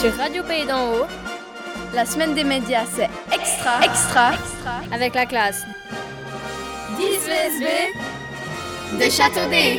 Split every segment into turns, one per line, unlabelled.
sur Radio Pays d'en Haut,
La semaine des médias, c'est extra, extra,
avec la classe.
10 USB de Châteaudet.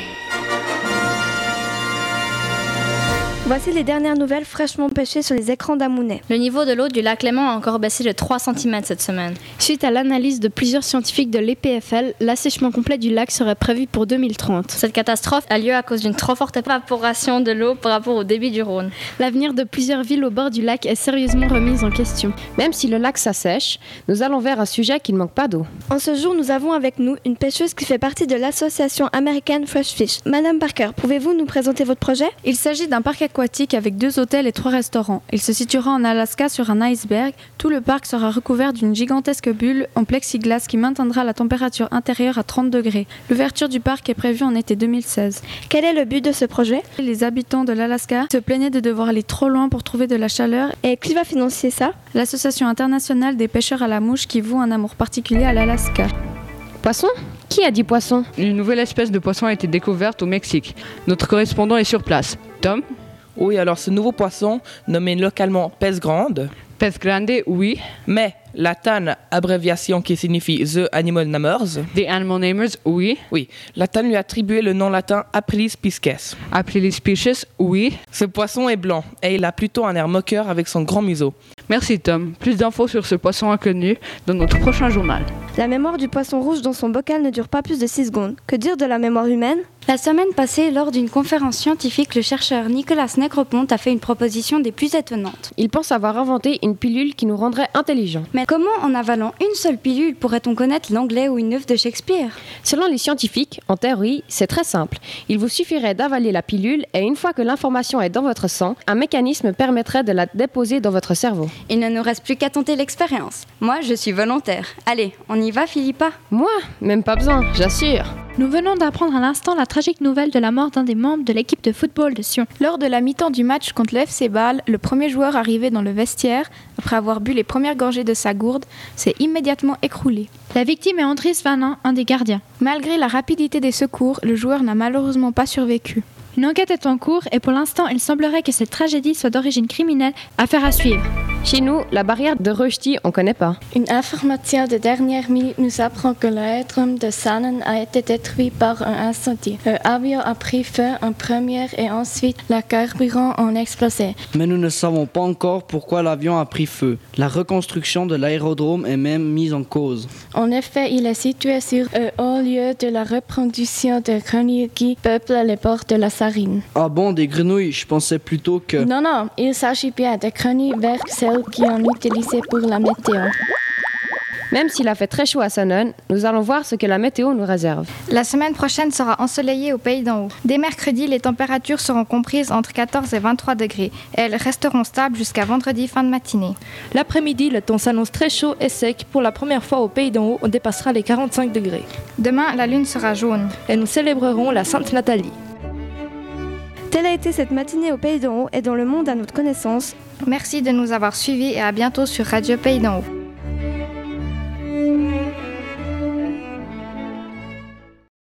Voici les dernières nouvelles fraîchement pêchées sur les écrans d'Amounet.
Le niveau de l'eau du lac Léman a encore baissé de 3 cm cette semaine.
Suite à l'analyse de plusieurs scientifiques de l'EPFL, l'assèchement complet du lac serait prévu pour 2030.
Cette catastrophe a lieu à cause d'une trop forte évaporation de l'eau par rapport au débit du Rhône.
L'avenir de plusieurs villes au bord du lac est sérieusement remis en question.
Même si le lac s'assèche, nous allons vers un sujet qui ne manque pas d'eau.
En ce jour, nous avons avec nous une pêcheuse qui fait partie de l'association américaine Fresh Fish. Madame Parker, pouvez-vous nous présenter votre projet
Il s'agit d'un parc aquatique avec deux hôtels et trois restaurants. Il se situera en Alaska sur un iceberg. Tout le parc sera recouvert d'une gigantesque bulle en plexiglas qui maintiendra la température intérieure à 30 degrés. L'ouverture du parc est prévue en été 2016.
Quel est le but de ce projet
Les habitants de l'Alaska se plaignaient de devoir aller trop loin pour trouver de la chaleur.
et qui va financer ça
L'association internationale des pêcheurs à la mouche qui voue un amour particulier à l'Alaska.
Poisson Qui a dit poisson
Une nouvelle espèce de poisson a été découverte au Mexique. Notre correspondant est sur place. Tom
Oui, alors ce nouveau poisson, nommé localement pez grande,
Pez grande, oui.
mais la TAN, abréviation qui signifie The Animal Namers,
The Animal Namers, oui.
oui, la TAN lui a attribué le nom latin Aprilis pisces.
Aprilis species, oui.
Ce poisson est blanc et il a plutôt un air moqueur avec son grand museau.
Merci Tom. Plus d'infos sur ce poisson inconnu dans notre prochain journal.
La mémoire du poisson rouge dans son bocal ne dure pas plus de 6 secondes. Que dire de la mémoire humaine
La semaine passée, lors d'une conférence scientifique, le chercheur Nicolas Negroponte a fait une proposition des plus étonnantes.
Il pense avoir inventé une pilule qui nous rendrait intelligents.
Mais comment, en avalant une seule pilule, pourrait-on connaître l'anglais ou une œuvre de Shakespeare
Selon les scientifiques, en théorie, c'est très simple. Il vous suffirait d'avaler la pilule et une fois que l'information est dans votre sang, un mécanisme permettrait de la déposer dans votre cerveau.
Il ne nous reste plus qu'à tenter l'expérience. Moi, je suis volontaire. Allez, on y va, Philippa
Moi, même pas besoin, j'assure.
Nous venons d'apprendre à l'instant la tragique nouvelle de la mort d'un des membres de l'équipe de football de Sion. Lors de la mi-temps du match contre l'FC Bâle, le premier joueur arrivé dans le vestiaire, après avoir bu les premières gorgées de sa gourde, s'est immédiatement écroulé. La victime est Andris Vanin, un des gardiens. Malgré la rapidité des secours, le joueur n'a malheureusement pas survécu. Une enquête est en cours et pour l'instant, il semblerait que cette tragédie soit d'origine criminelle. Affaire à suivre.
Chez nous, la barrière de Rushdie, on connaît pas.
Une information de dernière minute nous apprend que l'aérodrome de Sanan a été détruit par un incendie. L'avion a pris feu en première et ensuite le carburant en explosé.
Mais nous ne savons pas encore pourquoi l'avion a pris feu. La reconstruction de l'aérodrome est même mise en cause.
En effet, il est situé sur un haut lieu de la reproduction de grenouilles qui peuplent les ports de la Sarine.
Ah bon, des grenouilles, je pensais plutôt que...
Non, non, il s'agit bien de grenouilles vertes, celles qui en utilisé pour la météo.
Même s'il a fait très chaud à Sanon, nous allons voir ce que la météo nous réserve.
La semaine prochaine sera ensoleillée au pays d'en haut. Dès mercredi, les températures seront comprises entre 14 et 23 degrés et elles resteront stables jusqu'à vendredi fin de matinée.
L'après-midi, le temps s'annonce très chaud et sec. Pour la première fois au pays d'en haut, on dépassera les 45 degrés.
Demain, la lune sera jaune.
Et nous célébrerons la Sainte Nathalie.
Telle a été cette matinée au Pays d'en haut et dans le monde à notre connaissance.
Merci de nous avoir suivis et à bientôt sur Radio Pays d'en haut.